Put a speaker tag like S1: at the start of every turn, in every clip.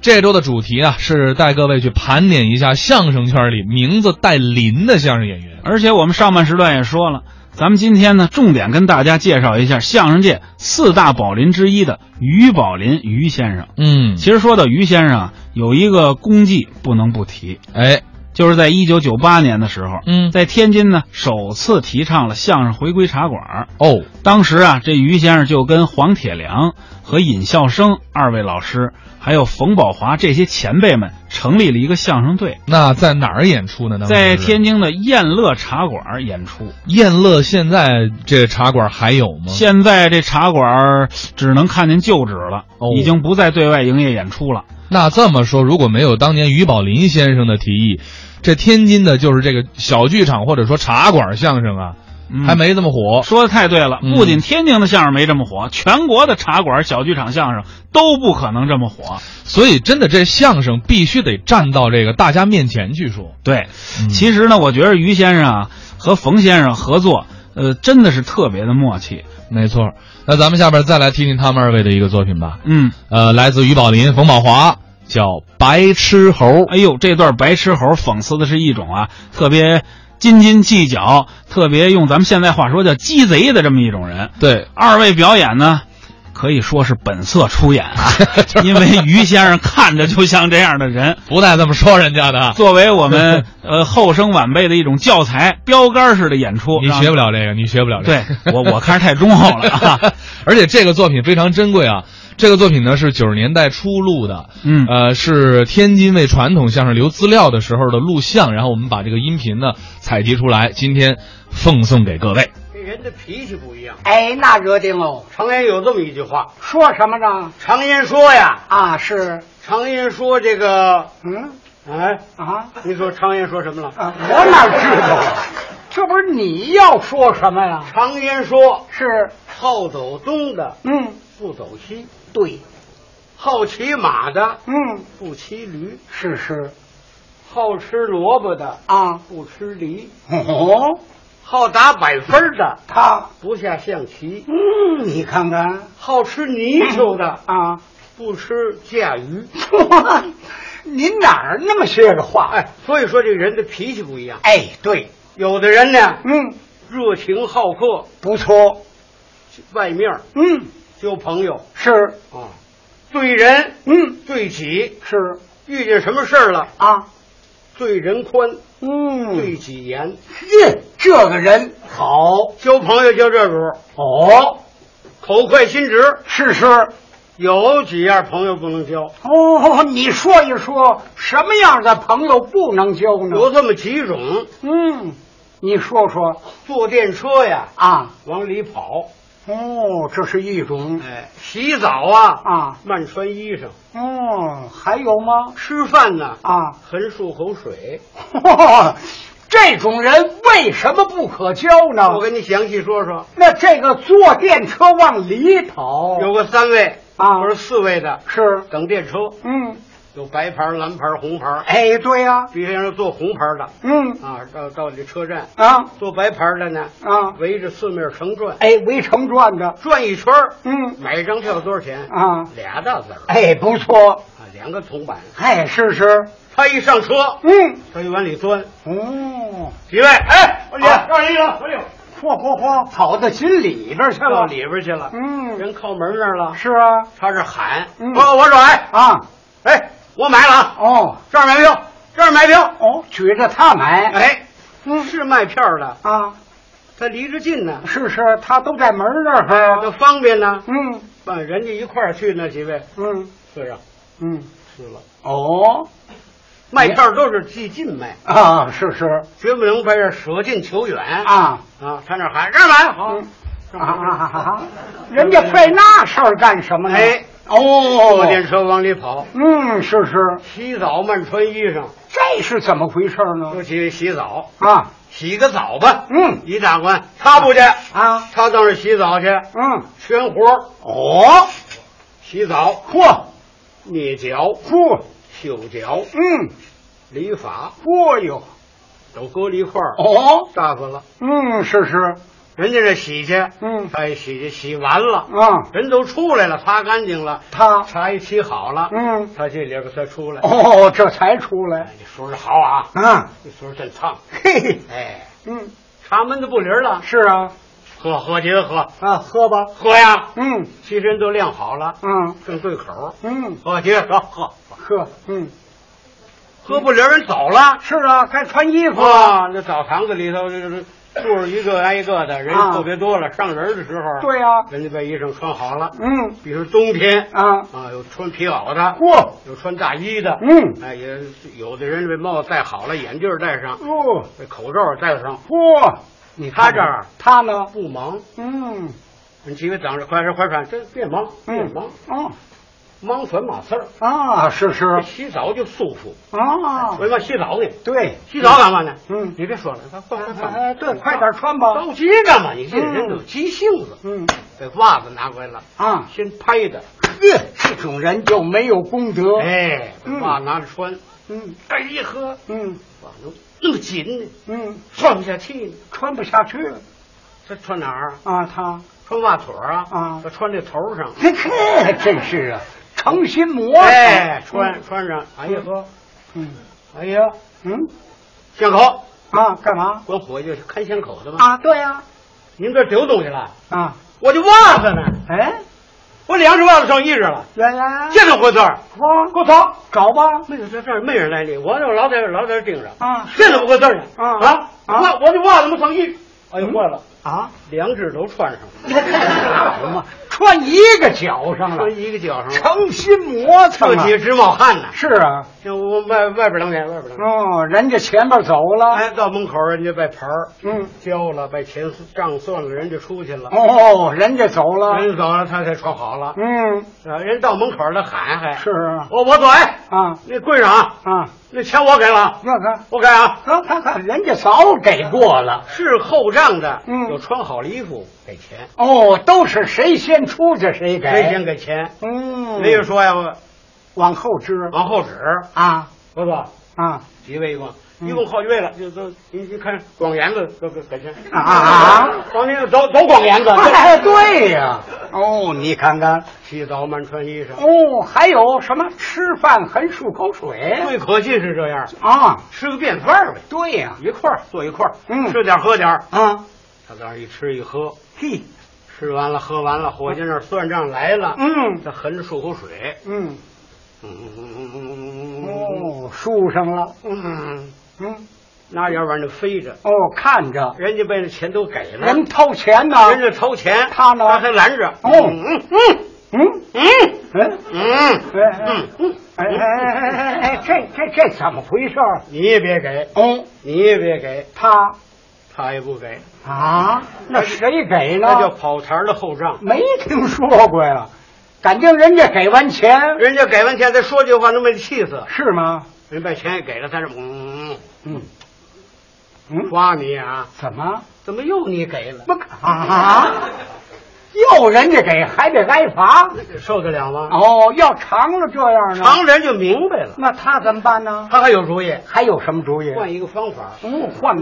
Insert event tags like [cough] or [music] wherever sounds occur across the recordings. S1: 这周的主题啊，是带各位去盘点一下相声圈里名字带“林”的相声演员。
S2: 而且我们上半时段也说了，咱们今天呢，重点跟大家介绍一下相声界四大宝林之一的于宝林于先生。
S1: 嗯，
S2: 其实说到于先生啊，有一个功绩不能不提，
S1: 哎，
S2: 就是在一九九八年的时候，
S1: 嗯，
S2: 在天津呢首次提倡了相声回归茶馆儿。
S1: 哦，
S2: 当时啊，这于先生就跟黄铁良和尹笑生二位老师，还有冯宝华这些前辈们成立了一个相声队，
S1: 那在哪儿演出呢？当时
S2: 在天津的燕乐茶馆儿演出。
S1: 燕乐，现在这茶馆还有吗？
S2: 现在这茶馆儿只能看见旧址了，
S1: 哦
S2: 已经不再对外营业演出了。
S1: 那这么说，如果没有当年于宝林先生的提议，这天津的就是这个小剧场或者说茶馆相声啊，
S2: 嗯
S1: 还没这么火。
S2: 说的太对了，
S1: 嗯
S2: 不仅天津的相声没这么火，全国的茶馆、小剧场相声都不可能这么火。
S1: 所以，真的这相声必须得站到这个大家面前去说。
S2: 对，
S1: 嗯
S2: 其实呢，我觉得于先生啊和冯先生合作，呃，真的是特别的默契。
S1: 没错，那咱们下边再来听听他们二位的一个作品吧。
S2: 嗯，
S1: 呃，来自于宝林、冯宝华，叫《白痴猴》。
S2: 哎呦，这段白痴猴讽刺的是一种啊，特别斤斤计较，特别用咱们现在话说叫鸡贼的这么一种人。
S1: 对，
S2: 二位表演呢，可以说是本色出演啊，
S1: [laughs]
S2: 因为于先生看着就像这样
S1: [laughs]
S2: 的人。
S1: 不带这么说人家的，
S2: 作为
S1: [laughs]
S2: 我们呃后生晚辈的一种教材，标杆式的演出，
S1: 你
S2: 让
S1: 学不了这个，你学不了这个。 [laughs]
S2: 对我我看着太忠厚了啊。
S1: 而且这个作品非常珍贵啊！这个作品呢是九十年代初录的，
S2: 嗯
S1: 呃，是天津为传统相声留资料的时候的录像，然后我们把这个音频呢采集出来，今天奉送给各位。
S3: 这人的脾气不一样。
S4: 哎，那惹定喽！
S3: 常言有这么一句话，
S4: 说什么呢？
S3: 常言说呀，
S4: 啊，是，
S3: 常言说这个，
S4: 嗯，
S3: 哎，
S4: 啊
S3: 您说常言说什么了？
S4: 啊，我哪知道啊？这不是你要说什么呀？
S3: 常言说，
S4: 是，
S3: 好走东的
S4: 嗯，
S3: 不走西，
S4: 对，
S3: 好骑马的
S4: 嗯，
S3: 不骑驴，
S4: 是是
S3: 好吃萝卜的
S4: 啊。
S3: 不吃梨，
S4: 哦，
S3: 好打百分的
S4: 他，
S3: 不下象棋，
S4: 嗯，你看看
S3: 好吃泥鳅的
S4: 啊，
S3: 不吃甲鱼。
S4: [laughs] 您哪儿那么些个话？
S3: 哎，所以说这个人的脾气不一样。
S4: 哎，对，
S3: 有的人呢，
S4: 嗯，
S3: 热情好客，
S4: 不错，
S3: 外面儿
S4: 嗯，
S3: 交朋友
S4: 是，
S3: 啊，对人
S4: 嗯，
S3: 对己，
S4: 是
S3: 遇见什么事儿了，
S4: 啊，
S3: 对人宽，
S4: 嗯，
S3: 对己严，
S4: 这这个人
S3: 好交朋友交这主儿，
S4: 哦，
S3: 口快心直。
S4: 是是。
S3: 有几样朋友不能交，
S4: 哦，你说一说什么样的朋友不能交
S3: 有
S4: 呢？
S3: 这么几种：
S4: 嗯，你说说
S3: 坐电车呀，
S4: 啊。
S3: 往里跑；
S4: 哦，这是一种
S3: 哎，洗澡啊，
S4: 啊。
S3: 慢穿衣裳；
S4: 哦，还有吗？
S3: 吃饭呢，
S4: 啊， [laughs]
S3: 含漱口水。
S4: 这种人为什么不可交呢？
S3: 我跟你详细说说，
S4: 那这个坐电车往里跑
S3: 有个三位
S4: 哦啊
S3: 或者四位的
S4: 是，
S3: 等电车，
S4: 嗯，
S3: 有白牌、蓝牌、红牌。
S4: 哎，对呀、
S3: 比方说坐红牌的
S4: 嗯
S3: 啊，到到这车站；
S4: 啊
S3: 坐白牌的呢，
S4: 啊，
S3: 围着四面城转。
S4: 哎，围城转着，
S3: 转一圈儿，
S4: 嗯
S3: 买一张票多少钱？
S4: 啊，
S3: 俩大字儿，
S4: 哎，不错，
S3: 啊，两个铜板。
S4: 哎，是是，
S3: 他一上车，
S4: 嗯，
S3: 他就往里钻。
S4: 哦。
S3: 几位？哎，我姐，
S4: 啊
S3: 让一让，我领。
S4: 嚯嚯嚯，跑到心里边去
S3: 到
S4: 了。
S3: 里边去了，
S4: 嗯，
S3: 人靠门那儿了。
S4: 是啊，
S3: 他这喊：“
S4: 嗯
S3: 我我转，
S4: 啊，
S3: 哎，我买了啊，
S4: 哦
S3: 这儿买票，这儿买票。
S4: 哦，举着他”买，
S3: 哎，
S4: 嗯
S3: 是卖票的，
S4: 啊，
S3: 他离着近呢，
S4: 是是，他都在门这儿
S3: 他
S4: 哈。
S3: 方便呢。
S4: 嗯
S3: 啊，人家一块儿去呢，几位
S4: 嗯
S3: 是啊，
S4: 嗯，
S3: 是了。
S4: 哦
S3: 卖票都是即近卖，
S4: 啊，是是
S3: 绝不能把这舍近求远
S4: 啊
S3: 啊！他那喊这儿买好，
S4: 嗯啊啊啊啊！人家费那事儿干什么呢？
S3: 哎，坐
S4: 哦，
S3: 电车往里跑，
S4: 嗯，是是，
S3: 洗澡慢穿衣裳，
S4: 这是怎么回事
S3: 尤
S4: 呢？
S3: 其洗澡，
S4: 啊
S3: 洗个澡吧。
S4: 嗯
S3: 一大官他不去，
S4: 啊
S3: 他到那儿洗澡去，
S4: 嗯，
S3: 宣活
S4: 哦，
S3: 洗澡，
S4: 嚯
S3: 灭脚、
S4: 嚯，
S3: 修脚、
S4: 嗯，
S3: 理发
S4: 嚯哟，
S3: 都搁了一块儿，
S4: 哦。
S3: 炸死了。
S4: 嗯，是是，
S3: 人家这洗去，
S4: 嗯
S3: 哎，洗去洗完了，
S4: 啊，
S3: 人都出来了，擦干净了，
S4: 他，
S3: 茶也沏好了，
S4: 嗯
S3: 他这里边才出来。
S4: 哦，这才出来
S3: 哎，你说是好啊，
S4: 啊，
S3: 你说是真烫，
S4: 嘿，
S3: 哎，
S4: 嗯，
S3: 茶闷的不灵了，
S4: 是啊，
S3: 喝喝接着喝，
S4: 啊，喝吧，
S3: 喝呀，
S4: 嗯
S3: 其实人都晾好了，
S4: 嗯
S3: 正对口，
S4: 嗯，
S3: 喝接着喝，喝
S4: 喝，嗯，
S3: 喝不灵人走了。
S4: 是啊，该穿衣服了，
S3: 啊，那澡堂子里头就是住着一个挨一个的人
S4: 啊
S3: 特别多了，上人的时候，
S4: 对啊呀，
S3: 人家把衣裳穿好了，
S4: 嗯
S3: 比如冬天
S4: 啊，
S3: 啊，有穿皮袄的，
S4: 嚯，
S3: 有穿大衣的，
S4: 嗯
S3: 哎，也有的人这帽子戴好了，眼镜儿戴上，
S4: 哦，
S3: 这口罩儿戴上，
S4: 嚯，
S3: 你他这儿
S4: 他呢？
S3: 不忙，
S4: 嗯
S3: 你几个长着快说快穿，这别忙，别
S4: 嗯
S3: 忙，
S4: 哦
S3: 忙烦嘛事儿，
S4: 啊，是是
S3: 洗澡就舒服，
S4: 啊，
S3: 为嘛洗澡呢？
S4: 对，
S3: 洗澡干嘛呢？
S4: 嗯
S3: 你别说了，快快快
S4: 哎哎对快点穿吧
S3: 着急干嘛？你这人有急性子。
S4: 嗯
S3: 这袜子拿过来了，
S4: 啊，
S3: 先拍的，
S4: 呵，这种人就没有功德，
S3: 哎，
S4: 嗯
S3: 袜子拿着穿，
S4: 嗯
S3: 哎一喝，
S4: 嗯
S3: 哇，怎么那么紧呢，
S4: 嗯，
S3: 喘不下气呢。
S4: 穿不下去了
S3: 这穿哪儿啊？
S4: 啊，他，
S3: 穿袜腿儿啊？
S4: 啊
S3: 这穿这头上。
S4: 嘿嘿，真是啊，诚心磨
S3: 哎，穿穿上，哎呀
S4: 嗯
S3: 呵，
S4: 嗯
S3: 哎呀，
S4: 嗯
S3: 巷口，
S4: 啊，干嘛
S3: 管伙计是看巷口的吗？
S4: 啊？对呀
S3: 你们这儿丢东西了？
S4: 啊，
S3: 我这袜子呢？
S4: 哎，
S3: 我两只袜子剩一只了，
S4: 原来
S3: 这怎么回事儿？
S4: 哇，给我走，找吧
S3: 没有，这这儿没人来理，我这老在这儿老在这儿盯着。
S4: 啊
S3: 这怎么回事儿呢？
S4: 啊
S3: 啊
S4: 啊
S3: 我我这袜子没剩一，哎呦坏了， [laughs]
S4: 啊。
S3: 两只都穿上了。 [laughs]
S4: 什么？穿一个脚上了
S3: 穿，一个脚上了，
S4: 诚心磨蹭
S3: 这
S4: 啊！
S3: 几直冒汗呢。
S4: 是啊，
S3: 这我外外边冷点，外边冷点。
S4: 哦，人家前边走了，
S3: 哎，到门口人家把牌儿
S4: 嗯，
S3: 交了，把钱账算了，人就出去了。
S4: 哦，人家走了，
S3: 人走了，他才穿好了。
S4: 嗯，
S3: 啊人到门口他喊还
S4: 是啊，
S3: 我我走哎，
S4: 啊
S3: 那柜上啊，
S4: 啊，
S3: 那钱我给了啊，
S4: 那看，
S3: 我给啊。
S4: 那看看，人家早给过了，
S3: 是后账的，
S4: 嗯
S3: 有穿好了衣服给钱，
S4: 哦，都是谁先出去谁给，
S3: 谁先，给钱？
S4: 嗯，
S3: 没有说呀，我
S4: 往后支
S3: 往后指，
S4: 啊
S3: 我说
S4: 啊
S3: 几位一共
S4: 嗯
S3: 一共好几位了，就都您您看广元子都给给钱
S4: 啊啊！
S3: 往那个走走广元子，
S4: 哎，对呀，哦，你看看，
S3: 洗澡慢穿衣裳，
S4: 哦，还有什么吃饭很漱口水
S3: 最可气是这样，
S4: 啊？
S3: 吃个便饭呗，
S4: 对呀、
S3: 一块儿坐一块儿，
S4: 嗯
S3: 吃点儿喝点儿，
S4: 啊，
S3: 他在那儿一吃一喝，
S4: 嘿，
S3: 吃完了喝完了，伙计那儿算账来了，
S4: 嗯
S3: 他横着漱口水，
S4: 嗯，
S3: 嗯嗯嗯嗯嗯嗯
S4: 哦，树上了，
S3: 嗯嗯，
S4: 嗯，
S3: 那要不然就飞着，
S4: 哦，看着
S3: 人家把这钱都给了，
S4: 人掏钱呢，
S3: 人家掏钱，
S4: 啊他呢
S3: 他还拦着，
S4: 哦
S3: 嗯嗯
S4: 嗯
S3: 嗯
S4: 嗯，
S3: 嗯嗯嗯
S4: 哎哎哎哎哎，这这这怎么回事？
S3: 你也别给，
S4: 哦，
S3: 你也别给，
S4: 他
S3: 他也不给，
S4: 啊，那谁给呢？
S3: 那叫跑堂儿的后账。
S4: 没听说过呀，感情人家给完钱
S3: 人家给完钱再说句话，能把你气死。
S4: 是吗？
S3: 人把钱也给了，他是嗯，
S4: 嗯嗯，
S3: 夸你啊，
S4: 怎么
S3: 怎么又你给了？
S4: 不啊？要人家给还得挨罚？
S3: 受得了吗？
S4: 哦，要尝了这样呢，
S3: 常人就明白了，
S4: 那他怎么办呢？
S3: 他还有主意，
S4: 还有什么主意？
S3: 换一个方法，
S4: 哦，换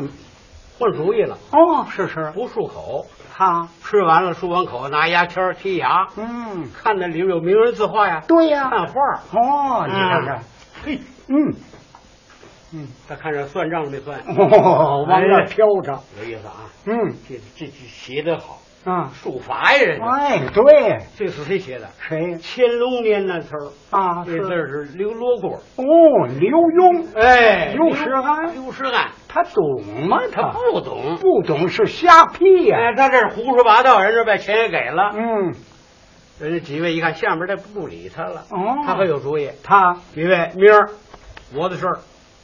S3: 换主意了，
S4: 哦，是是，
S3: 不漱口，
S4: 他
S3: 吃完了漱完口，拿牙签儿剔牙，
S4: 嗯，
S3: 看那里面有名人字画呀，
S4: 对呀、
S3: 看画。啊
S4: 哦，你看看，
S3: 嘿，
S4: 嗯嗯，
S3: 他看这算账没算？
S4: 哦，往那儿飘着，
S3: 有意思啊，
S4: 嗯
S3: 这这这写的好，
S4: 啊，
S3: 书法呀，人家
S4: 哎，对，
S3: 这是谁写的？
S4: 谁
S3: 乾隆年那头儿，
S4: 啊？
S3: 这字
S4: 是
S3: 儿是刘罗锅。
S4: 哦，刘墉，
S3: 哎，
S4: 刘石安
S3: 刘石安，
S4: 他懂吗？
S3: 他
S4: 他
S3: 不懂，
S4: 不懂是瞎批呀、
S3: 哎，他这是胡说八道，人家把钱也给了，
S4: 嗯，
S3: 人家几位一看，下面这不理他了，
S4: 哦，
S3: 他还有主意，
S4: 他
S3: 几位明儿我的事儿，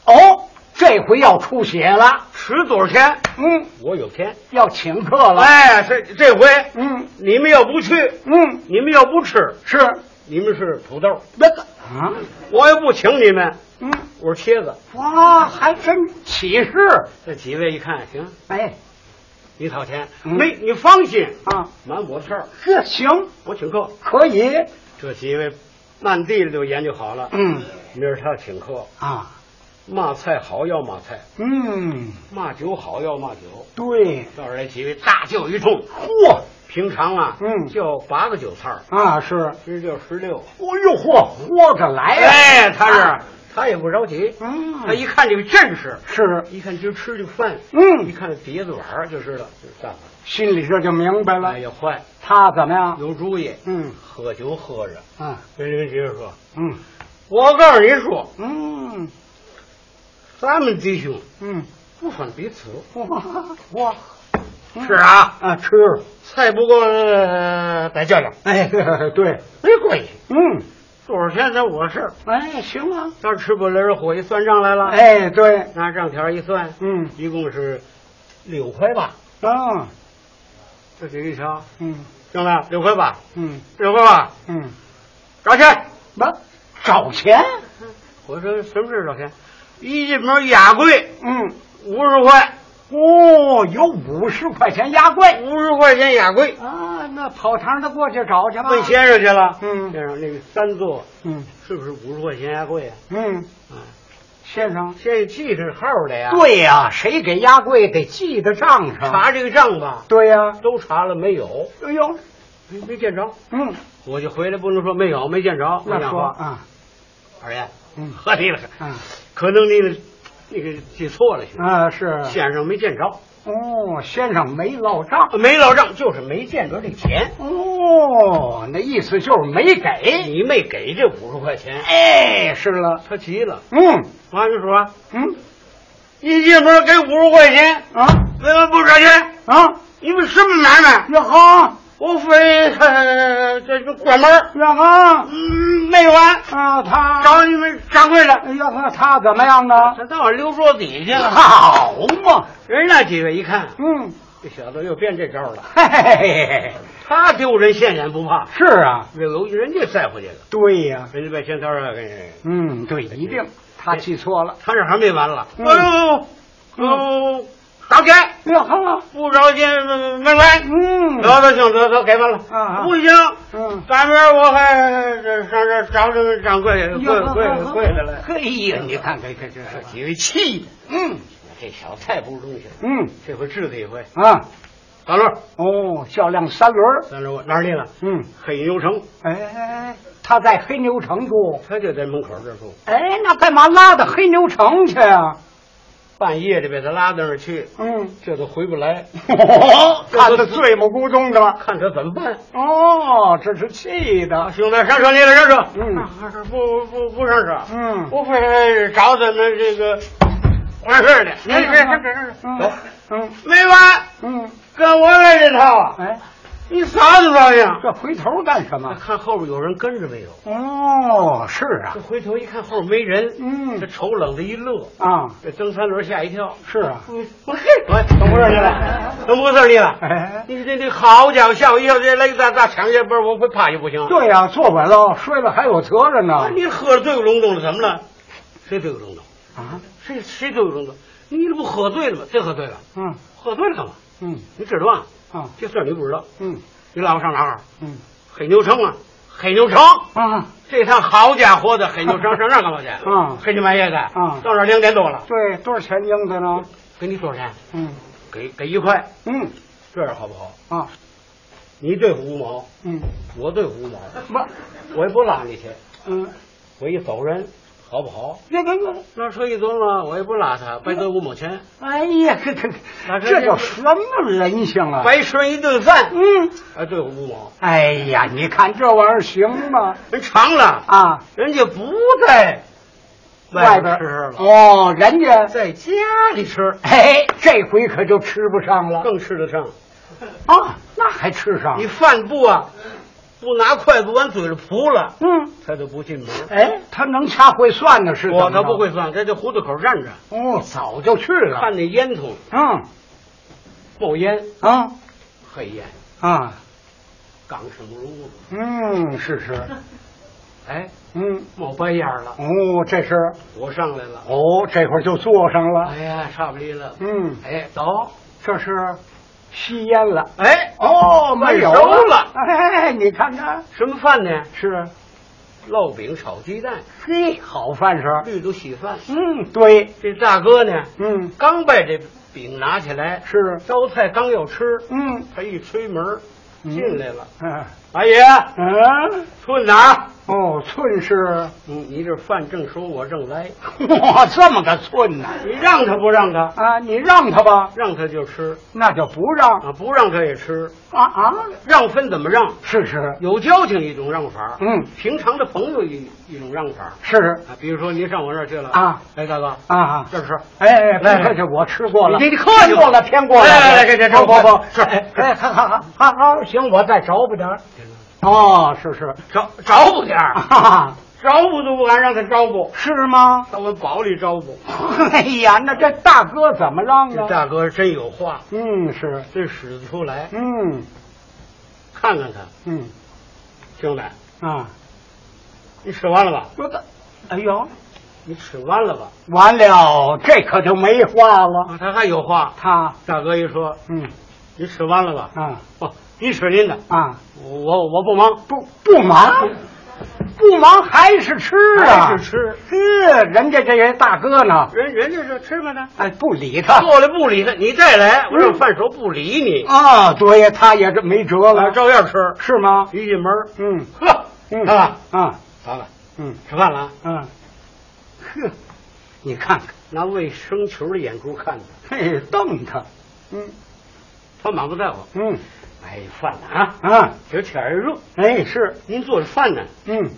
S4: 哦，这回要出血了，
S3: 吃多少钱？
S4: 嗯，
S3: 我有钱。
S4: 要请客了，
S3: 哎，这这回
S4: 嗯
S3: 你们要不去，
S4: 嗯，
S3: 你们要不吃，
S4: 是
S3: 你们是土豆；
S4: 那个啊，
S3: 我要不请你们，
S4: 嗯，
S3: 我是茄子。
S4: 哇，还真起势，
S3: 这几位一看，行，
S4: 哎
S3: 你掏钱，
S4: 嗯
S3: 没你放心，
S4: 啊，
S3: 瞒我的事儿，
S4: 这行
S3: 我请客。
S4: 可以，
S3: 这几位暗地里就研究好了，
S4: 嗯
S3: 明儿他请客，
S4: 啊，
S3: 骂菜好要骂菜，
S4: 嗯，
S3: 骂酒好要骂酒。
S4: 对，
S3: 到时候来几位大舅一通，
S4: 嚯
S3: 平常啊，
S4: 嗯
S3: 就八个韭菜儿，
S4: 啊是，哦
S3: 今儿就十六。
S4: 呦嚯，豁着来呀、啊
S3: 哎，他是他也不着急，
S4: 嗯
S3: 他一看这个阵势，
S4: 是，
S3: 一看今儿吃这饭，一
S4: 嗯，
S3: 看碟子碗儿就知道就是干嘛。
S4: 心里这就明白了
S3: 哎，也坏，
S4: 他怎么样？
S3: 有主意，
S4: 啊嗯
S3: 喝酒喝着，
S4: 啊
S3: 跟人接着说，
S4: 嗯
S3: 我告诉你说，
S4: 嗯
S3: 咱们弟兄
S4: 嗯，
S3: 不分彼此，
S4: 哇哇，
S3: 是啊，
S4: 啊吃，
S3: 菜不够呃再叫叫，
S4: 哎 [laughs] 呵呵对，
S3: 没关系，
S4: 嗯
S3: 多少钱咱我的事儿。
S4: 哎行啊，
S3: 要是吃不来，人伙计算账来了，，
S4: 哎对，
S3: 拿账条一算，
S4: 嗯
S3: 一共是六块八，
S4: 啊
S3: 这几个瞧，
S4: 嗯
S3: 兄弟，六块八，
S4: 嗯
S3: 六块八，
S4: 嗯，
S3: 找钱。
S4: 不找钱，
S3: 我说什么事儿找钱？一进门牙柜
S4: 嗯
S3: 五十块，
S4: 哦有五十块钱压柜
S3: 五十块钱牙柜，
S4: 啊，那跑堂的过去找去吧，
S3: 问先生去了。
S4: 啊嗯
S3: 先生那个三座
S4: 嗯
S3: 是不是五十块钱牙柜啊？
S4: 嗯
S3: 啊，
S4: 先生。
S3: 这记是号的呀。，
S4: 对呀、谁给压柜得记得账上。
S3: 查这个账吧，
S4: 对呀、
S3: 都查了没有？
S4: 哎呦，
S3: 没没见着。
S4: 嗯，
S3: 伙计回来不能说没有，没见着。没
S4: 那
S3: 讲
S4: 说
S3: 话，
S4: 啊，
S3: 二爷，
S4: 嗯
S3: 喝你了，
S4: 嗯
S3: 可能你的那个记错了，兄弟
S4: 啊是，
S3: 先生没见着，
S4: 哦，先生没落账，
S3: 没老账，就是没见着这钱。
S4: 哦，那意思就是没给。
S3: 你没给这五十块钱，
S4: 哎，是了，
S3: 他急了。
S4: 嗯
S3: 妈就说
S4: 嗯：“
S3: 一进门给五十块钱，
S4: 啊
S3: 为什么不找钱？
S4: 啊，
S3: 你们什么买卖？
S4: 那好，
S3: 我非呃这这关门，
S4: 那好
S3: 嗯，没完，
S4: 啊，他
S3: 找你们掌柜的。
S4: 哎呀，他他怎么样呢？
S3: 他到我溜桌底下
S4: 啊
S3: 了。
S4: 好嘛，
S3: 人那几个一看，
S4: 嗯，
S3: 这小子又变这招了。
S4: 嘿嘿嘿嘿，
S3: 他丢人现眼不怕，
S4: 是啊，
S3: 这楼人家塞回去了。
S4: 对呀、
S3: 人家把钱掏出来给人，
S4: 嗯，对，一定，他记错了。
S3: 他这还没完了。
S4: 嗯
S3: 哦哦，找钱
S4: 那好，
S3: 不找钱没没完。
S4: 嗯，
S3: 得得行，得得给完了。
S4: 啊啊
S3: 不行，
S4: 嗯，
S3: 赶明儿我还这上这找这个掌柜
S4: 哎
S3: 柜
S4: 呦呵呵
S3: 柜
S4: 呵
S3: 柜的来。
S4: 嘿哎呀，你看看这这，
S3: 几位气的，
S4: 嗯
S3: 这小子太不是东西了。
S4: 嗯
S3: 这回治他一回。
S4: 啊，
S3: 大轮，
S4: 哦，较量三轮儿，
S3: 大轮，我哪儿去了？
S4: 嗯，
S3: 黑牛城，
S4: 哎哎哎，他在黑牛城住，
S3: 他就在门口这住。
S4: 哎，那干嘛拉到黑牛城去啊？
S3: 半夜的把他拉到那儿去，
S4: 嗯，
S3: 这都回不来。
S4: 看得醉目咕咚的吧？
S3: 看他怎么办。
S4: 哦，这是气的，
S3: 兄弟，上车去了，上车。
S4: 嗯
S3: 嗯，不不不上车。
S4: 嗯
S3: 不会找咱们这个管事儿的。你这这这这，走，
S4: 嗯
S3: 没完。
S4: 嗯，
S3: 跟我来这套啊！
S4: 哎，
S3: 你啥子反应？
S4: 这回头干什么？
S3: 啊看后边有人跟着没有？
S4: 哦，是啊
S3: 这，回头一看后边没人，
S4: 嗯
S3: 这瞅冷子一乐，
S4: 啊，
S3: 这蹬三轮吓一跳。
S4: 是啊，
S3: 嗯，我 [laughs] 懂事儿去了，懂不事儿去
S4: [laughs]
S3: 了。
S4: 哎，
S3: 你这这好家伙，吓我一跳！这来个大大抢劫，不是我会趴下不行？
S4: 对呀、坐稳了，摔了还有责任呢。
S3: 啊，你喝得醉咕隆咚的，怎么了？谁醉咕隆咚？
S4: 啊，
S3: 谁谁醉咕隆咚？你这不喝醉了吗？谁喝醉了？
S4: 嗯
S3: 喝醉了干嘛？
S4: 嗯
S3: 你知道吗？
S4: 啊
S3: 这事儿你不知道？
S4: 嗯
S3: 你拉我上哪儿？
S4: 嗯
S3: 黑牛城啊，黑牛城。
S4: 啊，
S3: 这趟好家伙的，黑牛上上那儿干
S4: [laughs]
S3: 嘛去？
S4: 嗯
S3: 黑天半夜的，
S4: 嗯
S3: 到那儿两点多了，
S4: 对，多少钱应的呢？
S3: 给你多少钱？
S4: 嗯
S3: 给给一块，
S4: 嗯
S3: 这样好不好？
S4: 啊
S3: 你对付五毛，
S4: 嗯，
S3: 我对付五 [laughs] 毛，
S4: 不，
S3: 我也不拉你去，
S4: 嗯，
S3: 我一走人，好不好？嗯
S4: 那个那个，
S3: 那车一琢磨，我也不拉他，白得五毛钱，
S4: 哎呀，这这
S3: 那这
S4: 这叫什么人性啊？
S3: 白吃一顿饭，
S4: 嗯，
S3: 还对付五毛，
S4: 哎呀，你看这玩意儿行吗？
S3: 人尝了，
S4: 啊，
S3: 人家不在
S4: 外边
S3: 边嗯
S4: 儿
S3: 吃了，
S4: 哦，人家
S3: 在家里吃
S4: 哎，这回可就吃不上了
S3: 更吃得上。
S4: 啊，那还吃上
S3: 你？饭不啊，不拿筷子往嘴里扑了，
S4: 嗯，
S3: 他就不进门。
S4: 哎，他能掐会算的是？
S3: 我他不。会算，在这胡同口站着，
S4: 哦，早就去了。
S3: 看那烟囱
S4: 嗯
S3: 冒烟，
S4: 啊
S3: 黑烟，
S4: 啊，
S3: 刚是不如屋
S4: 嗯，是是，
S3: 哎，
S4: 嗯，
S3: 冒白烟了，
S4: 哦，这是
S3: 我上来了，
S4: 哦，这会儿就坐上了
S3: 哎。呀，差不离了，
S4: 啊嗯，
S3: 哎，走，
S4: 这是吸烟了。
S3: 哎，
S4: 哦
S3: 慢
S4: 没有
S3: 熟了哎
S4: 哎，你看看，
S3: 什么饭呢？
S4: 是
S3: 烙饼炒鸡蛋，
S4: 嘿，好饭食儿。
S3: 绿豆稀饭。
S4: 嗯，对，
S3: 这大哥呢，
S4: 嗯
S3: 刚把这饼拿起来，
S4: 是
S3: 烧菜刚要吃，
S4: 嗯
S3: 他一吹门
S4: 嗯
S3: 进来了，
S4: 嗯
S3: 阿姨，
S4: 嗯，
S3: 寸哪儿？
S4: 哦，寸是，
S3: 嗯，你这饭正熟，我正来，
S4: [laughs] 哇，这么个寸呢？
S3: 你让他不让他？
S4: 啊，你让他吧，
S3: 让他就吃
S4: 那就不让
S3: 啊，不让他也吃，
S4: 啊啊！
S3: 让分怎么让？
S4: 是是，
S3: 有交情一种让法，
S4: 嗯，
S3: 平常的朋友一一种让法
S4: 是
S3: 啊。比如说您上我这儿去了
S4: 啊，
S3: 来大哥，
S4: 啊。
S3: 这儿吃。
S4: 哎哎，
S3: 来
S4: 不客气，我吃过了。
S3: 你你客气哎
S4: 添过了，添过了。
S3: 来来来给这张
S4: 不不不，
S3: 是
S4: 哎哎，好好好好好，行，我再找补点儿。哦，是是，
S3: 找找补点儿，
S4: 啊，
S3: 招呼都不敢让他招呼，
S4: 是吗？
S3: 到我堡里招呼。
S4: 哎呀，那这大哥怎么让
S3: 这
S4: 啊？
S3: 大哥真有话，
S4: 嗯，是，
S3: 真使得出来。
S4: 嗯
S3: 看看他，
S4: 嗯
S3: 兄弟，
S4: 啊，
S3: 你使完了吧？
S4: 我的，哎呦，
S3: 你使完了吧？
S4: 完了，这可就没话了。
S3: 啊，他还有话。
S4: 他，
S3: 大哥一说，
S4: 嗯
S3: 你使完了吧？
S4: 啊
S3: 不，你使您的，
S4: 啊，
S3: 我我我不忙，
S4: 不不忙，不忙还是吃啊，
S3: 还是吃。
S4: 呵，人家这人大哥呢，
S3: 人人家是吃吧嗯呢，
S4: 哎，不理他。
S3: 过来不理他，你再来，我让饭手不理你，
S4: 啊，对，他也这没辙
S3: 啊
S4: 了，
S3: 照样吃。
S4: 是吗？
S3: 一进门， [laughs]
S4: 嗯
S3: 呵，
S4: 嗯
S3: 啊，
S4: 啊
S3: 咋了？
S4: 嗯
S3: 吃饭了啊？
S4: 嗯，呵，你看看，
S3: 拿卫生球的眼珠看他，
S4: 嘿，瞪他，嗯
S3: 他满不在乎。
S4: 嗯
S3: 哎，饭呢啊，
S4: 啊，
S3: 今儿天儿热，
S4: 哎是，
S3: 您做的饭呢，
S4: 嗯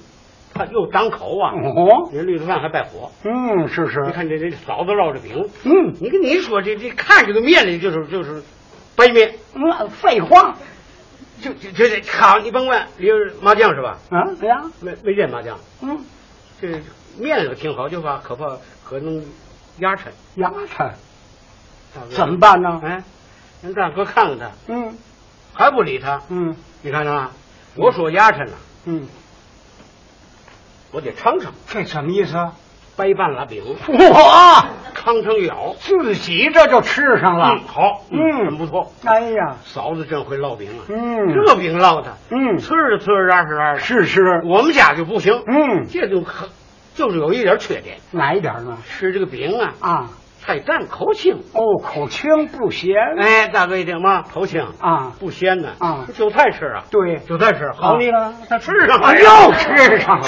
S3: 它又挡口啊。
S4: 哦，
S3: 您绿豆饭还败火，
S4: 嗯是是，
S3: 你看这这嫂子烙着饼，
S4: 嗯
S3: 你跟你说这这看这个面里就是就是白面，
S4: 嗯，废话
S3: 就就就这好，你甭问，你是麻酱是吧？
S4: 啊，怎样？
S3: 没没见麻酱，
S4: 嗯，
S3: 这面可挺好，就怕可怕可能压沉。
S4: 牙碜，
S3: 大哥
S4: 怎么？办呢？
S3: 哎，您大哥看看他，
S4: 嗯
S3: 还不理他，
S4: 嗯
S3: 你看啊，我说压沉了，
S4: 嗯，
S3: 我得尝尝，
S4: 这什么意思？
S3: 啊掰半拉饼，
S4: 我
S3: 吭哧咬。
S4: 自己这就吃上
S3: 嗯，
S4: 了，
S3: 好，
S4: 嗯
S3: 很不错。
S4: 哎呀，
S3: 嫂子真会烙饼啊，
S4: 嗯
S3: 这饼烙的，
S4: 嗯
S3: 呲着呲啊着，拉着拉着。
S4: 是是，
S3: 我们家就不行，
S4: 嗯
S3: 这就可就是有一点缺点，
S4: 哪一点呢？
S3: 吃这个饼啊，
S4: 啊，
S3: 太淡口轻。
S4: 哦，口清不咸。
S3: 哎，大哥一听嘛，口轻
S4: 啊
S3: 不鲜呢
S4: 啊
S3: 韭菜吃啊，
S4: 对
S3: 韭菜吃好
S4: 啊 [laughs]
S3: 腻了，他吃上了，
S4: 又吃上了。